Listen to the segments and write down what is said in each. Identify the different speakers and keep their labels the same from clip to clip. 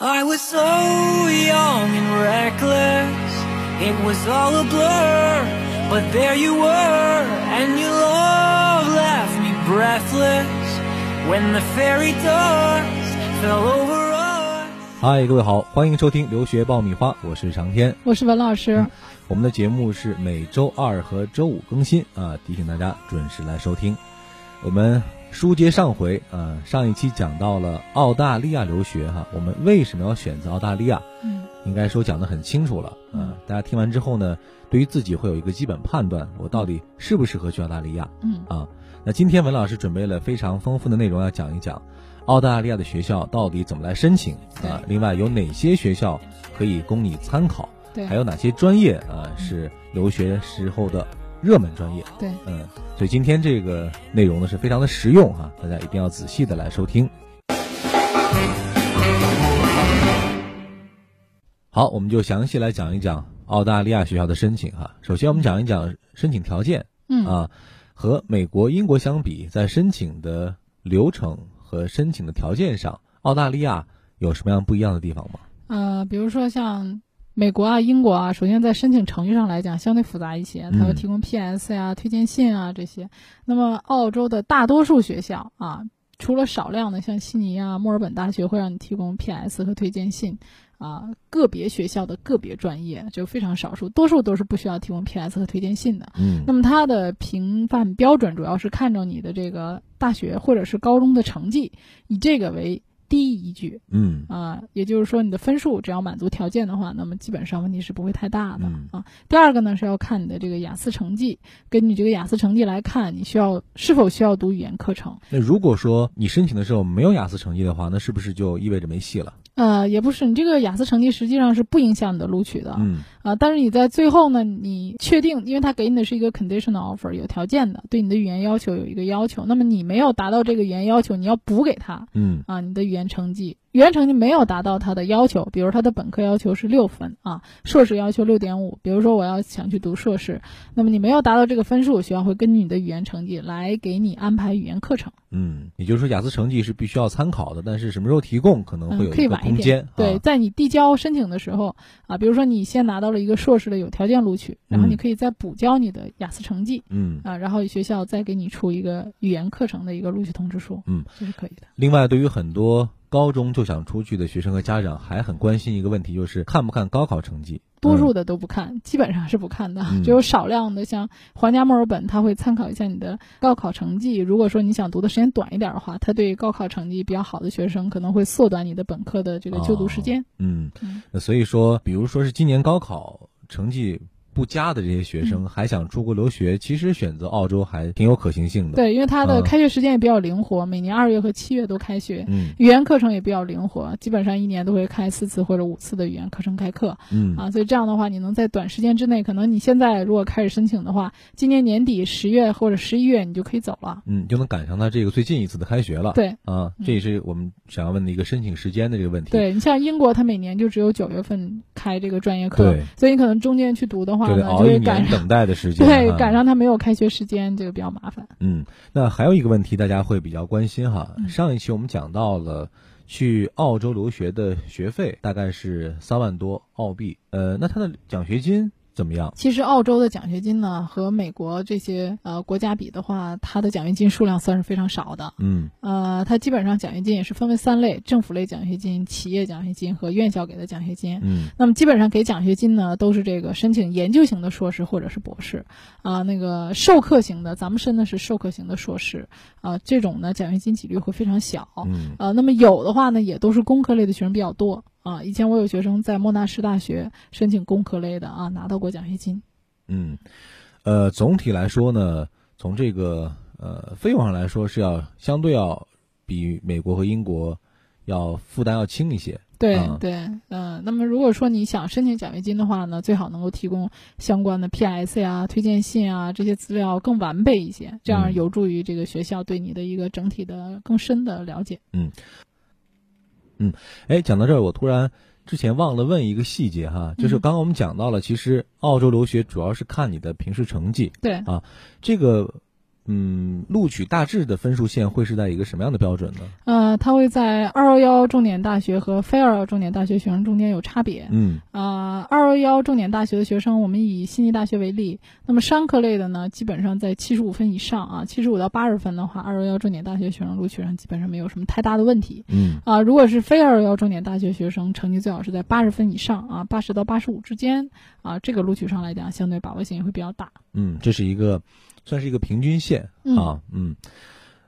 Speaker 1: I was so young and reckless. It was all a blur, but there you were, and your love left me breathless when the fairy dust fell over us.
Speaker 2: 嗨，各位好，欢迎收听《留学爆米花》，我是长天。
Speaker 3: 我是文老师，
Speaker 2: 我们的节目是每周二和周五更新啊，提醒大家准时来收听。我们书接上回啊，上一期讲到了澳大利亚留学哈、我们为什么要选择澳大利亚？
Speaker 3: 嗯
Speaker 2: 应该说讲得很清楚了啊
Speaker 3: 嗯。
Speaker 2: 大家听完之后呢，对于自己会有一个基本判断，我到底适不适合去澳大利亚？
Speaker 3: 嗯
Speaker 2: 啊。那今天文老师准备了非常丰富的内容，要讲一讲澳大利亚的学校到底怎么来申请啊
Speaker 3: 对，
Speaker 2: 另外有哪些学校可以供你参考，
Speaker 3: 对
Speaker 2: 还有哪些专业啊是留学时候的热门专业。
Speaker 3: 对，
Speaker 2: 嗯，所以今天这个内容呢是非常的实用哈、大家一定要仔细的来收听。好，我们就详细来讲一讲澳大利亚学校的申请哈、首先，我们讲一讲申请条件。
Speaker 3: 嗯
Speaker 2: 啊，和美国、英国相比，在申请的流程和申请的条件上，澳大利亚有什么样不一样的地方吗？
Speaker 3: 呃，比如说像美国啊、英国啊，首先在申请程序上来讲相对复杂一些，它会
Speaker 2: 嗯
Speaker 3: 提供 PS 呀、推荐信啊这些。那么澳洲的大多数学校啊，除了少量的像悉尼啊、墨尔本大学会让你提供 PS 和推荐信。啊，个别学校的个别专业就非常少数，多数都是不需要提供 PS 和推荐信的。
Speaker 2: 嗯
Speaker 3: 啊那么它的评判标准主要是看着你的这个大学或者是高中的成绩，以这个为第一依据
Speaker 2: 嗯
Speaker 3: 啊、也就是说你的分数只要满足条件的话，那么基本上问题是不会太大的、
Speaker 2: 嗯
Speaker 3: 啊。第二个呢是要看你的这个雅思成绩，根据这个雅思成绩来看，你需要是否需要读语言课程。
Speaker 2: 那如果说你申请的时候没有雅思成绩的话，那是不是就意味着没戏了？
Speaker 3: 呃，也不是，你这个雅思成绩实际上是不影响你的录取的啊、
Speaker 2: 嗯
Speaker 3: 但是你在最后呢，你确定，因为他给你的是一个 conditional offer，有条件的，对你的语言要求有一个要求。那么你没有达到这个语言要求，你要补给他
Speaker 2: 嗯
Speaker 3: 啊，你的语言成绩，语言成绩没有达到他的要求，比如他的本科要求是六分啊，硕士要求六点五，比如说我要想去读硕士，那么你没有达到这个分数，学校会根据你的语言成绩来给你安排语言课程，
Speaker 2: 嗯，也就是说雅思成绩是必须要参考的，但是什么时候提供可能会
Speaker 3: 嗯，
Speaker 2: 有
Speaker 3: 可以
Speaker 2: 一个
Speaker 3: 晚一
Speaker 2: 空
Speaker 3: 点
Speaker 2: 间。。
Speaker 3: 对，
Speaker 2: 啊、
Speaker 3: 在你递交申请的时候啊，比如说你先拿到了一个硕士的有条件录取，然后
Speaker 2: 嗯
Speaker 3: 你可以再补交你的雅思成绩
Speaker 2: 嗯。
Speaker 3: 啊，然后学校再给你出一个语言课程的一个录取通知书，
Speaker 2: 嗯，
Speaker 3: 这是可以的。
Speaker 2: 另外，对于很多高中就想出去的学生和家长，还很关心一个问题，就是看不看高考成绩。
Speaker 3: 多
Speaker 2: 嗯
Speaker 3: 数的都不看，基本上是不看的，
Speaker 2: 嗯
Speaker 3: 只有少量的像皇家墨尔本，他会参考一下你的高考成绩。如果说你想读的时间短一点的话，他对高考成绩比较好的学生可能会缩短你的本科的这个就读时间。
Speaker 2: 嗯
Speaker 3: 嗯，
Speaker 2: 那所以说，比如说是今年高考成绩不佳的这些学
Speaker 3: 嗯
Speaker 2: 生，还想出国留学，其实选择澳洲还挺有可行性的。，
Speaker 3: 对，因为他
Speaker 2: 啊
Speaker 3: 的开学时间也比较灵活，每年二月和七月都开学。
Speaker 2: 嗯
Speaker 3: 语言课程也比较灵活，基本上一年都会开四次或者五次的语言课程开课
Speaker 2: 嗯
Speaker 3: 啊，所以这样的话，你能在短时间之内，可能你现在如果开始申请的话，今年年底十月或者十一月你就可以走了。
Speaker 2: 嗯，就能赶上他这个最近一次的开学了。
Speaker 3: 对
Speaker 2: 啊，
Speaker 3: 嗯
Speaker 2: 这也是我们想要问的一个申请时间的这个问题。
Speaker 3: 对你像英国，它每年就只有九月份开这个专业课
Speaker 2: 对，
Speaker 3: 所以你可能中间去读的话
Speaker 2: 就
Speaker 3: 呢，
Speaker 2: 得
Speaker 3: 就
Speaker 2: 熬一
Speaker 3: 会赶
Speaker 2: 年
Speaker 3: 上
Speaker 2: 等待的时间。
Speaker 3: 对
Speaker 2: 啊
Speaker 3: 赶上它没有开学时间，这个比较麻烦。
Speaker 2: 嗯，那还有一个问题大家会比较关心哈，
Speaker 3: 嗯
Speaker 2: 上一期我们讲到了去澳洲留学的学费大概是三万多澳币，呃，那他的奖学金怎么样？
Speaker 3: 其实澳洲的奖学金呢，和美国这些呃国家比的话，它的奖学金数量算是非常少的。
Speaker 2: 嗯
Speaker 3: 呃，它基本上奖学金也是分为三类：政府类奖学金、企业奖学金和院校给的奖学金。
Speaker 2: 嗯
Speaker 3: 那么基本上给奖学金呢，都是这个申请研究型的硕士或者是博士，啊、那个授课型的，咱们申的是授课型的硕士，啊、这种呢奖学金几率会非常小，
Speaker 2: 嗯
Speaker 3: 呃，那么有的话呢，也都是工科类的学生比较多啊、以前我有学生在莫纳什大学申请工科类的啊，拿到过奖学金。
Speaker 2: 嗯，呃，总体来说呢，从这个呃费用上来说是要相对要比美国和英国要负担要轻一些。
Speaker 3: 对、
Speaker 2: 啊
Speaker 3: 对，嗯、那么如果说你想申请奖学金的话呢，最好能够提供相关的 PS 呀、推荐信啊这些资料更完备一些，这样
Speaker 2: 嗯
Speaker 3: 有助于这个学校对你的一个整体的更深的了解。
Speaker 2: 哎，讲到这儿，我突然之前忘了问一个细节哈，就是
Speaker 3: 嗯
Speaker 2: 刚刚我们讲到了，其实澳洲留学主要是看你的平时成绩。
Speaker 3: 对
Speaker 2: 这个嗯，录取大致的分数线会是在一个什么样的标准呢？
Speaker 3: 呃，它会在二幺幺重点大学和非二幺重点大学学生中间有差别。
Speaker 2: 嗯
Speaker 3: 啊，二幺幺重点大学的学生，我们以悉尼大学为例，那么商科类的呢，基本上在七十五分以上啊，七十五到八十分的话，二幺幺重点大学学生录取上基本上没有什么太大的问题
Speaker 2: 嗯
Speaker 3: 啊。如果是非二幺幺重点大学学生，成绩最好是在八十分以上啊，八十到八十五之间啊，这个录取上来讲，相对把握性也会比较大。
Speaker 2: 嗯，这是一个算是一个平均线
Speaker 3: 嗯
Speaker 2: 啊。嗯，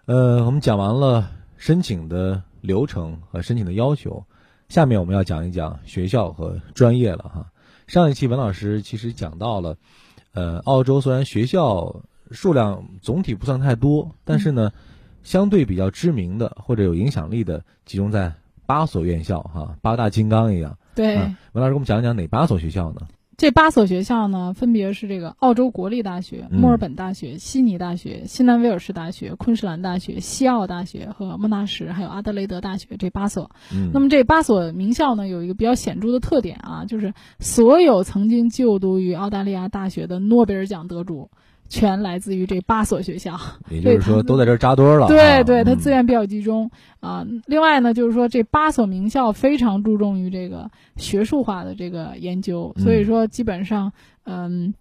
Speaker 2: 呃，我们讲完了申请的流程和申请的要求，下面我们要讲一讲学校和专业了哈。上一期文老师其实讲到了，呃，澳洲虽然学校数量总体不算太多，但是呢，相对比较知名的或者有影响力的集中在八所院校哈，八大金刚一样。
Speaker 3: 对，
Speaker 2: 啊，文老师给我们讲一讲哪八所学校呢？
Speaker 3: 这八所学校呢，分别是这个澳洲国立大学、
Speaker 2: 嗯
Speaker 3: 墨尔本大学、悉尼大学、新南威尔士大学、昆士兰大学、西澳大学和莫纳什，还有阿德雷德大学这八所。
Speaker 2: 嗯，
Speaker 3: 那么这八所名校呢，有一个比较显著的特点啊，就是所有曾经就读于澳大利亚大学的诺贝尔奖得主，全来自于这八所学校。
Speaker 2: 也就是
Speaker 3: 对他
Speaker 2: 说
Speaker 3: 们
Speaker 2: 都在这儿扎堆儿了啊。
Speaker 3: 对对，它
Speaker 2: 嗯
Speaker 3: 资源比较集中啊、另外呢，就是说这八所名校非常注重于这个学术化的这个研究，所以
Speaker 2: 嗯
Speaker 3: 说基本上，嗯，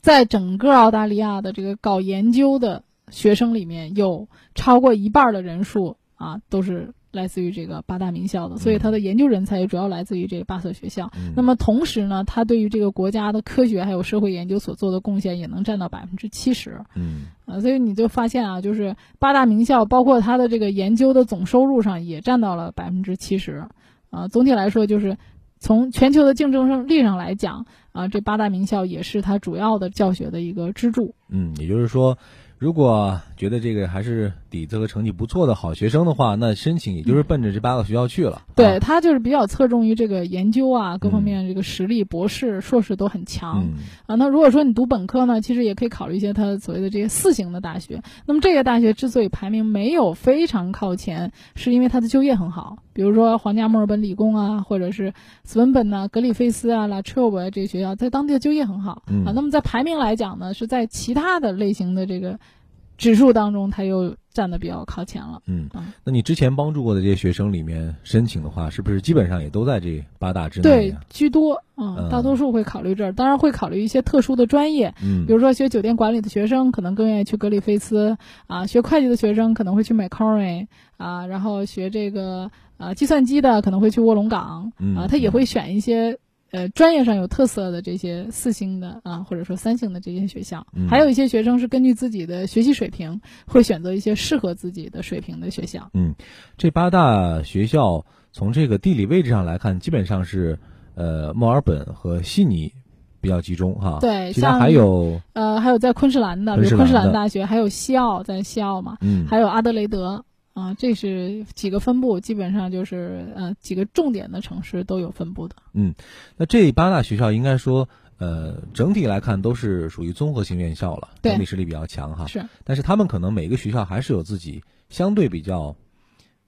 Speaker 3: 在整个澳大利亚的这个搞研究的学生里面，有超过一半儿的人数啊都是来自于这个八大名校的，所以它的研究人才也主要来自于这八所学校。
Speaker 2: 嗯
Speaker 3: 那么同时呢，它对于这个国家的科学还有社会研究所做的贡献也能占到百分之七十。
Speaker 2: 嗯
Speaker 3: 啊，所以你就发现啊，就是八大名校，包括它的这个研究的总收入上也占到了百分之七十，啊，总体来说就是从全球的竞争力上来讲，啊，这八大名校也是它主要的教学的一个支柱。
Speaker 2: 嗯，也就是说，如果觉得这个还是底子和成绩不错的好学生的话，那申请也就是奔着这八个学校去了。
Speaker 3: 对，
Speaker 2: 啊，
Speaker 3: 它就是比较侧重于这个研究啊，各方
Speaker 2: 嗯
Speaker 3: 面这个实力，博士、硕士都很强。
Speaker 2: 嗯
Speaker 3: 啊，那如果说你读本科呢，其实也可以考虑一些它所谓的这些四型的大学。那么这些大学之所以排名没有非常靠前，是因为它的就业很好，比如说皇家墨尔本理工啊，或者是斯文本呐、格里菲斯啊、拉彻尔啊这些学校，在当地的就业很好、
Speaker 2: 嗯
Speaker 3: 啊。那么在排名来讲呢，是在其他的类型的这个指数当中，它又占的比较靠前了。
Speaker 2: 嗯
Speaker 3: 啊。
Speaker 2: 那你之前帮助过的这些学生里面申请的话，是不是基本上也都在这八大之内啊
Speaker 3: 对
Speaker 2: 呀、，
Speaker 3: 居多，嗯，
Speaker 2: 嗯
Speaker 3: 大多数会考虑这儿，当然会考虑一些特殊的专业，
Speaker 2: 嗯，
Speaker 3: 比如说学酒店管理的学生可能更愿意去格里菲斯啊，学会计的学生可能会去 McCorry 啊，然后学这个啊计算机的可能会去卧龙岗
Speaker 2: 嗯
Speaker 3: 啊，他也会选一些呃专业上有特色的这些四星的啊或者说三星的这些学校
Speaker 2: 嗯，
Speaker 3: 还有一些学生是根据自己的学习水平会选择一些适合自己的水平的学校。
Speaker 2: 这八大学校从这个地理位置上来看，基本上是呃墨尔本和悉尼比较集中哈。，
Speaker 3: 对，
Speaker 2: 其他
Speaker 3: 像
Speaker 2: 还有
Speaker 3: 呃还有在昆士兰的，比如
Speaker 2: 昆
Speaker 3: 昆
Speaker 2: 士
Speaker 3: 士
Speaker 2: 兰的
Speaker 3: 兰大学，还有西澳在西澳嘛，
Speaker 2: 嗯
Speaker 3: 还有阿德雷德啊，这是几个分布，基本上就是呃几个重点的城市都有分布的。
Speaker 2: 那这八大学校应该说，呃，整体来看都是属于综合性院校了，
Speaker 3: 对
Speaker 2: 整体实力比较强哈。
Speaker 3: 是，
Speaker 2: 但是他们可能每个学校还是有自己相对比较，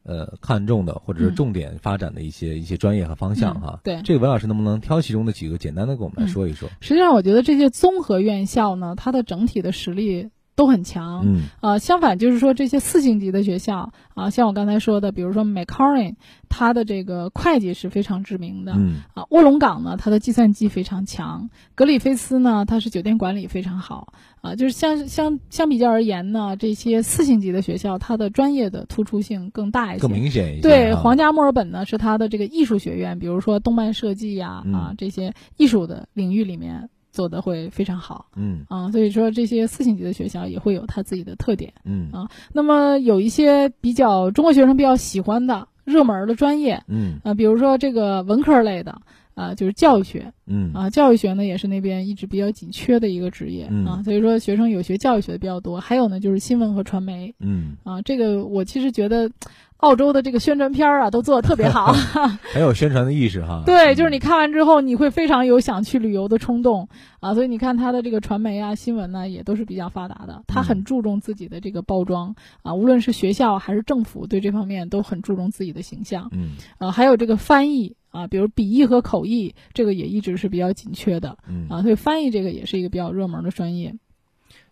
Speaker 2: 呃，看重的或者是
Speaker 3: 嗯
Speaker 2: 重点发展的一些、一些专业和方向哈
Speaker 3: 嗯。对
Speaker 2: 这个文老师能不能挑其中的几个简单的给我们来说一说？
Speaker 3: 实际上我觉得这些综合院校呢，它的整体的实力都很强。
Speaker 2: 嗯
Speaker 3: 呃，相反就是说这些四星级的学校啊，像我刚才说的，比如说 Macarin，它的这个会计是非常知名的。
Speaker 2: 嗯
Speaker 3: 啊，卧龙岗呢，它的计算机非常强；格里菲斯呢，它是酒店管理非常好。啊，就是相相相比较而言呢，这些四星级的学校，它的专业的突出性更大一些。
Speaker 2: 嗯更明显啊一些。
Speaker 3: 对，
Speaker 2: 哈
Speaker 3: 皇家墨尔本呢是它的这个艺术学院，比如说动漫设计呀、啊
Speaker 2: 嗯
Speaker 3: 这些艺术的领域里面做的会非常好
Speaker 2: 嗯
Speaker 3: 啊、所以说这些四星级的学校也会有它自己的特点。
Speaker 2: 嗯
Speaker 3: 啊那么有一些比较中国学生比较喜欢的热门儿的专业，
Speaker 2: 嗯
Speaker 3: 呃，比如说这个文科类的，啊，就是教育学
Speaker 2: 嗯
Speaker 3: 啊，教育学呢也是那边一直比较紧缺的一个职业
Speaker 2: 嗯
Speaker 3: 啊，所以说学生有学教育学的比较多。还有呢，就是新闻和传媒
Speaker 2: 嗯，
Speaker 3: 啊，这个我其实觉得。澳洲的这个宣传片儿啊，都做的特 别好。
Speaker 2: 很有宣传的意识哈。嗯
Speaker 3: 对，就是你看完之后，你会非常有想去旅游的冲动啊。所以你看它的这个传媒啊、新闻呢、也都是比较发达的。它
Speaker 2: 嗯
Speaker 3: 很注重自己的这个包装啊，无论是学校还是政府，对这方面都很注重自己的形象。
Speaker 2: 嗯
Speaker 3: 啊，还有这个翻译啊，比如笔译和口译，这个也一直是比较紧缺的
Speaker 2: 嗯
Speaker 3: 啊，所以翻译这个也是一个比较热门的专业。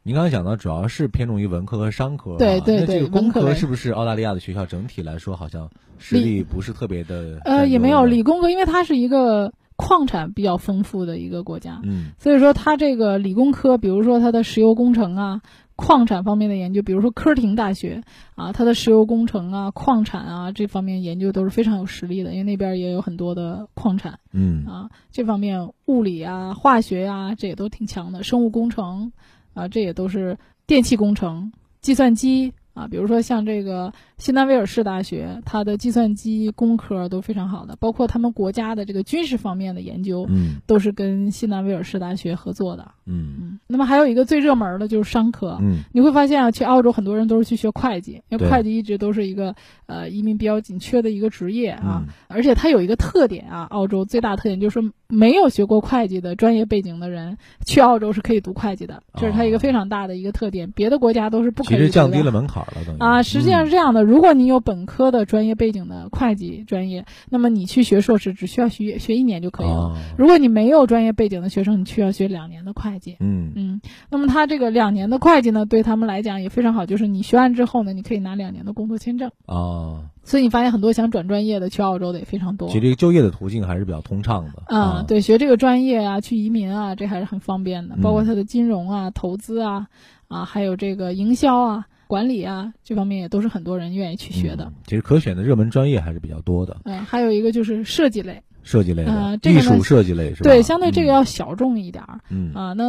Speaker 2: 您刚才讲到主要是偏重于文科和商科啊，
Speaker 3: 对对
Speaker 2: 那这
Speaker 3: 对
Speaker 2: 个工
Speaker 3: 文科
Speaker 2: 科
Speaker 3: 类
Speaker 2: 是不是澳大利亚的学校整体来说好像实
Speaker 3: 理
Speaker 2: 力不是特别的？
Speaker 3: 呃，也没有，理，工科，因为它是一个矿产比较丰富的一个国家，
Speaker 2: 嗯
Speaker 3: 所以说它这个理工科，比如说它的石油工程啊。矿产方面的研究，比如说科廷大学啊，它的石油工程啊、矿产啊这方面研究都是非常有实力的，因为那边也有很多的矿产
Speaker 2: 嗯
Speaker 3: 啊，这方面物理啊、化学啊，这也都挺强的。生物工程啊，这也都是电气工程、计算机啊，比如说像这个新南威尔士大学，它的计算机工科都非常好的，包括他们国家的这个军事方面的研究，
Speaker 2: 嗯
Speaker 3: 都是跟新南威尔士大学合作的。
Speaker 2: 嗯
Speaker 3: 嗯，那么还有一个最热门的就是商科，
Speaker 2: 嗯
Speaker 3: 你会发现啊，去澳洲很多人都是去学会计，因
Speaker 2: 对
Speaker 3: 为会计一直都是一个呃移民比较紧缺的一个职业啊。
Speaker 2: 嗯
Speaker 3: 而且它有一个特点啊，澳洲最大特点就是没有学过会计的专业背景的人去澳洲是可以读会计的，这是它一个非常大的一个特点，别的国家都是不
Speaker 2: 哦
Speaker 3: 可
Speaker 2: 其
Speaker 3: 以读的。
Speaker 2: 实降低了门槛了，等于嗯
Speaker 3: 啊，实际上是这样的，如果你有本科的专业背景的会计专业，那么你去学硕士只需要学学一年就可以了。
Speaker 2: 啊，
Speaker 3: 如果你没有专业背景的学生，你需要学两年的会计。
Speaker 2: 嗯
Speaker 3: 嗯，那么他这个两年的会计呢，对他们来讲也非常好，就是你学完之后呢，你可以拿两年的工作签证。
Speaker 2: 啊，
Speaker 3: 所以你发现很多想转专业的去澳洲的也非常多
Speaker 2: 其。实这个就业的途径还是比较通畅的
Speaker 3: 啊、对，学这个专业啊，去移民啊，这还是很方便的。包括
Speaker 2: 嗯
Speaker 3: 他的金融啊、投资啊、啊，还有这个营销啊、管理啊这方面也都是很多人愿意去学的。
Speaker 2: 嗯其实可选的热门专业还是比较多的，
Speaker 3: 嗯、还有一个就是设计类，
Speaker 2: 设计类的
Speaker 3: 呃、这个
Speaker 2: 艺
Speaker 3: 呢
Speaker 2: 术设计类是吧？
Speaker 3: 对，相对这个
Speaker 2: 嗯
Speaker 3: 要小众一点儿、
Speaker 2: 嗯
Speaker 3: 啊。那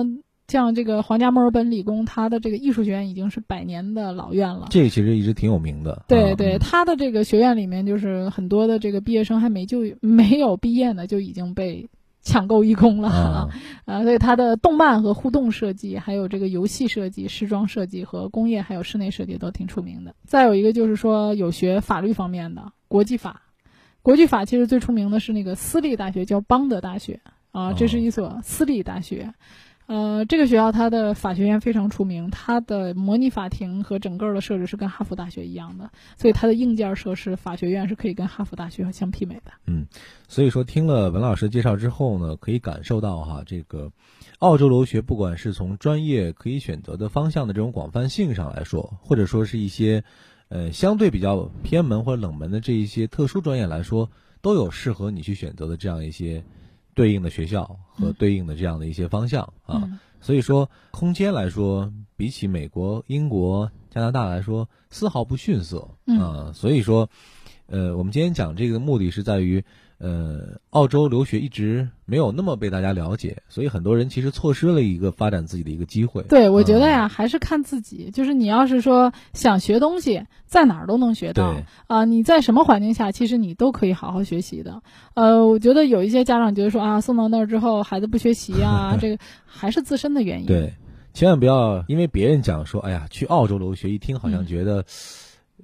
Speaker 3: 像这个皇家墨尔本理工，它的这个艺术学院已经是百年的老院了。
Speaker 2: 这其实一直挺有名的。
Speaker 3: 对
Speaker 2: 啊
Speaker 3: 对，
Speaker 2: 嗯
Speaker 3: 他的这个学院里面，就是很多的这个毕业生还没就没有毕业呢，就已经被抢购一空了
Speaker 2: 啊，
Speaker 3: 啊！所以他的动漫和互动设计，还有这个游戏设计、时装设计和工业还有室内设计都挺出名的。再有一个就是说有学法律方面的国际法，国际法其实最出名的是那个私立大学，叫邦德大学啊，这是一所私立大学。呃，这个学校它的法学院非常出名，它的模拟法庭和整个的设置是跟哈佛大学一样的，所以它的硬件设施法学院是可以跟哈佛大学相媲美的。
Speaker 2: 所以说听了文老师介绍之后呢，可以感受到哈，这个澳洲留学不管是从专业可以选择的方向的这种广泛性上来说，或者说是一些呃相对比较偏门或者冷门的这一些特殊专业来说，都有适合你去选择的这样一些对应的学校和
Speaker 3: 嗯
Speaker 2: 对应的这样的一些方向啊。
Speaker 3: 嗯
Speaker 2: 所以说，空间来说，比起美国、英国、加拿大来说，丝毫不逊色。
Speaker 3: 嗯
Speaker 2: 啊所以说，呃，我们今天讲这个的目的是在于，呃，澳洲留学一直没有那么被大家了解，所以很多人其实错失了一个发展自己的一个机会。
Speaker 3: 对，我觉得
Speaker 2: 嗯
Speaker 3: 呀，还是看自己。就是你要是说想学东西，在哪儿都能学到
Speaker 2: 对
Speaker 3: 啊、你在什么环境下，其实你都可以好好学习的。呃，我觉得有一些家长觉得说啊，送到那儿之后孩子不学习 啊，这个还是自身的原因。
Speaker 2: 对，千万不要因为别人讲说，哎呀，去澳洲留学，一听好像
Speaker 3: 嗯
Speaker 2: 觉得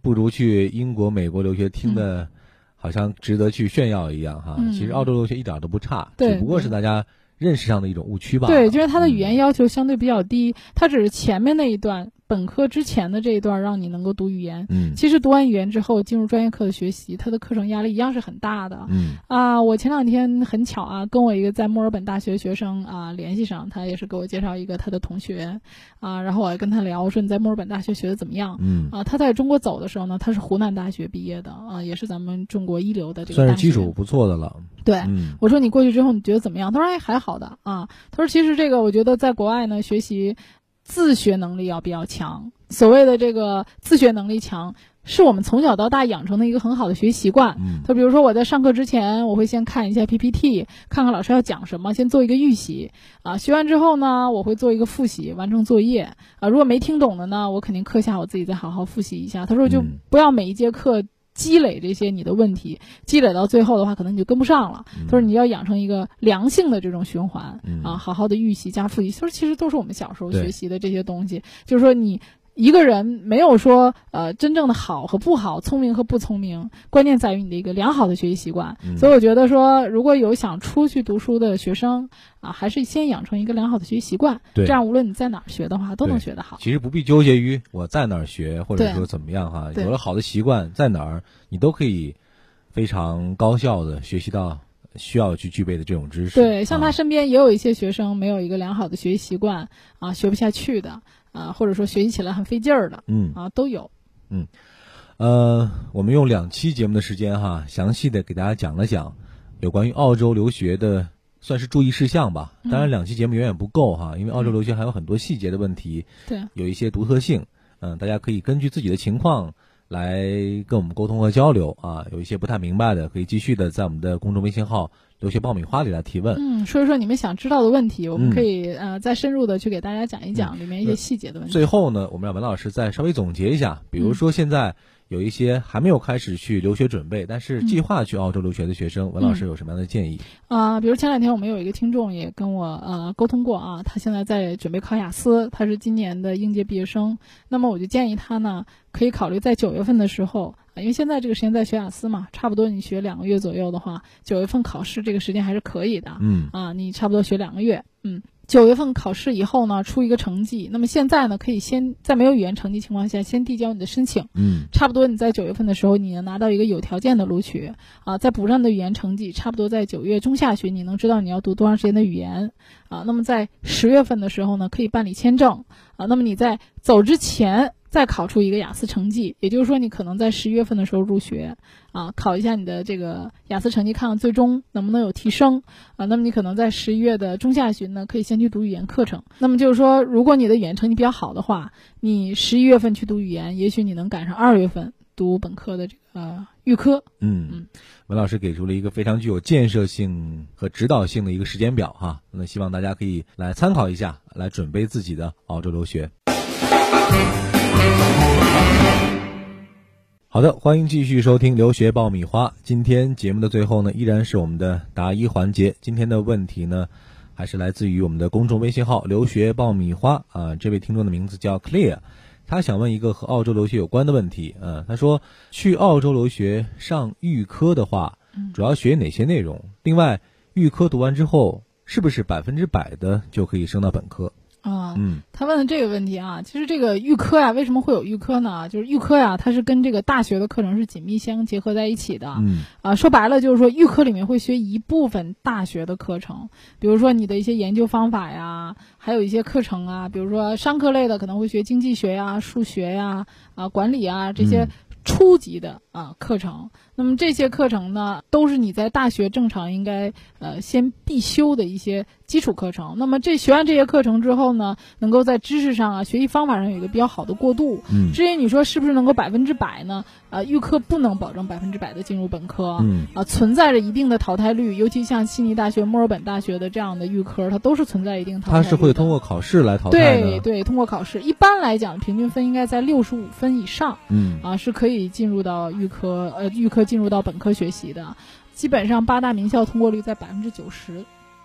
Speaker 2: 不如去英国、美国留学，听的好像值得去炫耀一样哈。
Speaker 3: 嗯
Speaker 2: 其实澳洲留学一点都不差，
Speaker 3: 对
Speaker 2: 只不过是大家认识上的一种误区吧。
Speaker 3: 对，就是他的语言
Speaker 2: 嗯
Speaker 3: 要求相对比较低，他只是前面那一段本科之前的这一段让你能够读语言。
Speaker 2: 嗯
Speaker 3: 其实读完语言之后，进入专业课的学习，他的课程压力一样是很大的。
Speaker 2: 嗯
Speaker 3: 啊，我前两天很巧啊，跟我一个在墨尔本大学学生啊联系上，他也是给我介绍一个他的同学，啊，然后我还跟他聊，我说你在墨尔本大学学的怎么样？
Speaker 2: 嗯，
Speaker 3: 啊，他在中国走的时候呢，他是湖南大学毕业的啊，也是咱们中国一流的这个
Speaker 2: 嗯算是
Speaker 3: 大
Speaker 2: 基
Speaker 3: 学
Speaker 2: 础不错的了。
Speaker 3: 对，
Speaker 2: 嗯
Speaker 3: 我说你过去之后你觉得怎么样？他说哎还好的啊。他说其实这个我觉得在国外呢学习自学能力要比较强。所谓的这个自学能力强，是我们从小到大养成的一个很好的学习习惯。
Speaker 2: 嗯
Speaker 3: 就比如说我在上课之前，我会先看一下 PPT，看看老师要讲什么，先做一个预习啊。学完之后呢，我会做一个复习，完成作业啊。如果没听懂的呢，我肯定课下我自己再好好复习一下。他说就
Speaker 2: 嗯
Speaker 3: 不要每一节课积累这些你的问题，积累到最后的话，可能你就跟不上了。他说你要养成一个良性的这种循环、
Speaker 2: 嗯
Speaker 3: 啊，好好的预习加复习。他说其实都是我们小时候
Speaker 2: 对
Speaker 3: 学习的这些东西，就是说你。一个人没有说呃真正的好和不好，聪明和不聪明，关键在于你的一个良好的学习习惯。
Speaker 2: 嗯
Speaker 3: 所以我觉得说，如果有想出去读书的学生啊，还是先养成一个良好的学习习惯，
Speaker 2: 对
Speaker 3: 这样无论你在哪儿学的话，都能
Speaker 2: 对
Speaker 3: 学得好。
Speaker 2: 其实不必纠结于我在哪儿学，或者
Speaker 3: 对
Speaker 2: 说怎么样哈。
Speaker 3: 对
Speaker 2: 有了好的习惯，在哪儿你都可以非常高效的学习到需要去具备的这种知识。
Speaker 3: 对，像他
Speaker 2: 啊
Speaker 3: 身边也有一些学生没有一个良好的学习习惯啊，学不下去的啊，或者说学习起来很费劲儿的
Speaker 2: 嗯，
Speaker 3: 啊，都有。
Speaker 2: 呃，我们用两期节目的时间哈，详细的给大家讲了讲有关于澳洲留学的算是注意事项吧。当然，
Speaker 3: 嗯
Speaker 2: 两期节目远远不够哈，因为澳洲
Speaker 3: 嗯
Speaker 2: 留学还有很多细节的问题，
Speaker 3: 对，
Speaker 2: 有一些独特性。嗯、大家可以根据自己的情况来跟我们沟通和交流啊。有一些不太明白的，可以继续的在我们的公众微信号“留学爆米花”里来提问。
Speaker 3: 嗯，说一说你们想知道的问题，我
Speaker 2: 嗯
Speaker 3: 们可以呃再深入的去给大家讲一讲里面一
Speaker 2: 呃
Speaker 3: 些细节的问题。
Speaker 2: 最后呢，我们让文老师再稍微总结一下，比如说现在有一些还没有开始去留学准备，但是计划去澳洲留学的学生，文老师有什么样的建议？
Speaker 3: 啊、比如前两天我们有一个听众也跟我呃沟通过啊，他现在在准备考雅思，他是今年的应届毕业生。那么我就建议他呢，可以考虑在九月份的时候，啊因为现在这个时间在学雅思嘛，差不多你学两个月左右的话，九月份考试这个时间还是可以的。
Speaker 2: 嗯
Speaker 3: 啊，你差不多学两个月，嗯，九月份考试以后呢，出一个成绩。那么现在呢，可以先在没有语言成绩情况下，先递交你的申请。
Speaker 2: 嗯
Speaker 3: 差不多你在九月份的时候，你能拿到一个有条件的录取啊，再补上你的语言成绩，差不多在九月中下旬，你能知道你要读多长时间的语言啊。那么在十月份的时候呢，可以办理签证啊。那么你在走之前再考出一个雅思成绩，也就是说你可能在十一月份的时候入学啊，考一下你的这个雅思成绩，看看最终能不能有提升啊。那么你可能在十一月的中下旬呢，可以先去读语言课程。那么就是说，如果你的语言成绩比较好的话，你十一月份去读语言，也许你能赶上二月份读本科的这个呃预科。
Speaker 2: 嗯
Speaker 3: 嗯，
Speaker 2: 文老师给出了一个非常具有建设性和指导性的一个时间表哈，那希望大家可以来参考一下，来准备自己的澳洲留学。好的，欢迎继续收听《留学爆米花》。今天节目的最后呢，依然是我们的答疑环节。今天的问题呢，还是来自于我们的公众微信号“留学爆米花”啊、这位听众的名字叫 Clear，他想问一个和澳洲留学有关的问题。呃，他说去澳洲留学上预科的话，
Speaker 3: 嗯
Speaker 2: 主要学哪些内容？另外，预科读完之后，是不是百分之百的就可以升到本科？
Speaker 3: 啊、
Speaker 2: 嗯
Speaker 3: 他问的这个问题啊，其实这个预科呀、为什么会有预科呢？就是预科呀、它是跟这个大学的课程是紧密相结合在一起的。
Speaker 2: 嗯
Speaker 3: 啊，说白了就是说，预科里面会学一部分大学的课程，比如说你的一些研究方法呀，还有一些课程啊，比如说商科类的可能会学经济学呀、数学呀、啊管理啊这些
Speaker 2: 嗯
Speaker 3: 初级的啊课程。那么这些课程呢，都是你在大学正常应该呃先必修的一些基础课程。那么这学完这些课程之后呢，能够在知识上啊、学习方法上有一个比较好的过渡。
Speaker 2: 嗯
Speaker 3: 至于你说是不是能够百分之百呢？啊，预科不能保证百分之百的进入本科，
Speaker 2: 嗯
Speaker 3: 啊，存在着一定的淘汰率，尤其像悉尼大学、墨尔本大学的这样的预科，它都是存在一定淘汰
Speaker 2: 他
Speaker 3: 率的。
Speaker 2: 是会通过考试来淘汰
Speaker 3: 对
Speaker 2: 的。
Speaker 3: 对，通过考试，一般来讲，平均分应该在六十五分以上
Speaker 2: 嗯
Speaker 3: 啊，是可以进入到预科，呃，预科进入到本科学习的。基本上八大名校通过率在百分之九十。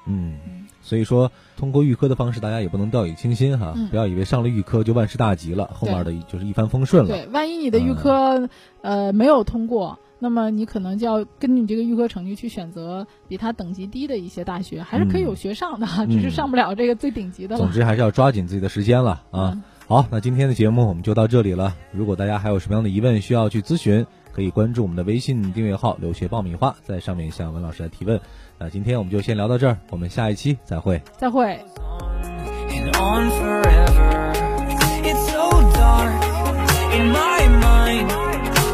Speaker 2: 嗯，所以说通过预科的方式，大家也不能掉以轻心哈，
Speaker 3: 嗯
Speaker 2: 不要以为上了预科就万事大吉了，后面的嗯就是一帆风顺了。
Speaker 3: 对，万一你的预科、呃没有通过，那么你可能就要根据你这个预科成绩去选择比它等级低的一些大学，还是可以有学上的，只是上不了这个最顶级的
Speaker 2: 嗯
Speaker 3: 了。
Speaker 2: 总之还是要抓紧自己的时间了啊。
Speaker 3: 嗯
Speaker 2: 好，那今天的节目我们就到这里了。如果大家还有什么样的疑问需要去咨询，可以关注我们的微信订阅号“留学爆米花”，在上面向文老师来提问。那今天我们就先聊到这儿，我们下一期再会。
Speaker 3: 再会。
Speaker 1: and on forever. It's so dark in my mind.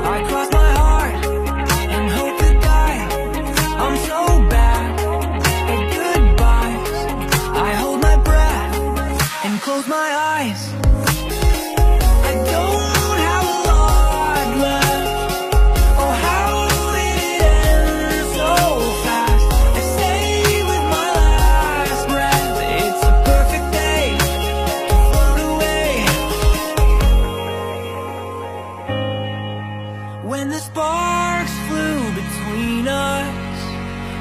Speaker 1: I cross my heart and hope to die. I'm so bad at goodbyes. I hold my breath and close my eyes. I don't have a lot left. Oh how it ends so fast. I say with my last breath, it's a perfect day to float away. When the sparks flew between us,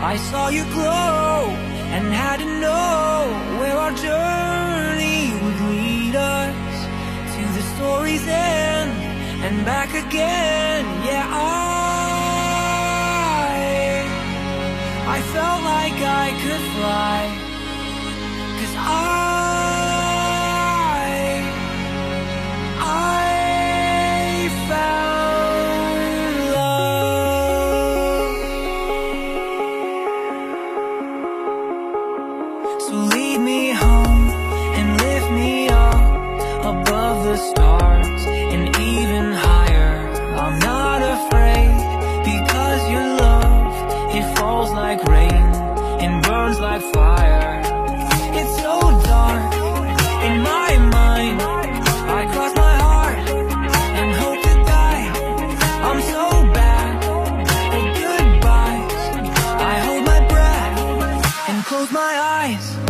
Speaker 1: I saw you glow and had to know where our journey would lead us to the story's end and back again. Yeah, I I felt like I could fly. Cause I I found love. So lead me home and lift me up above the stars and even higher. I'm not afraid because your love, it falls like rain and burns like fire. It's so dark in my mind. I cross my heart and hope to die. I'm so bad at goodbyes. I hold my breath and close my eyes. Oh, Oh,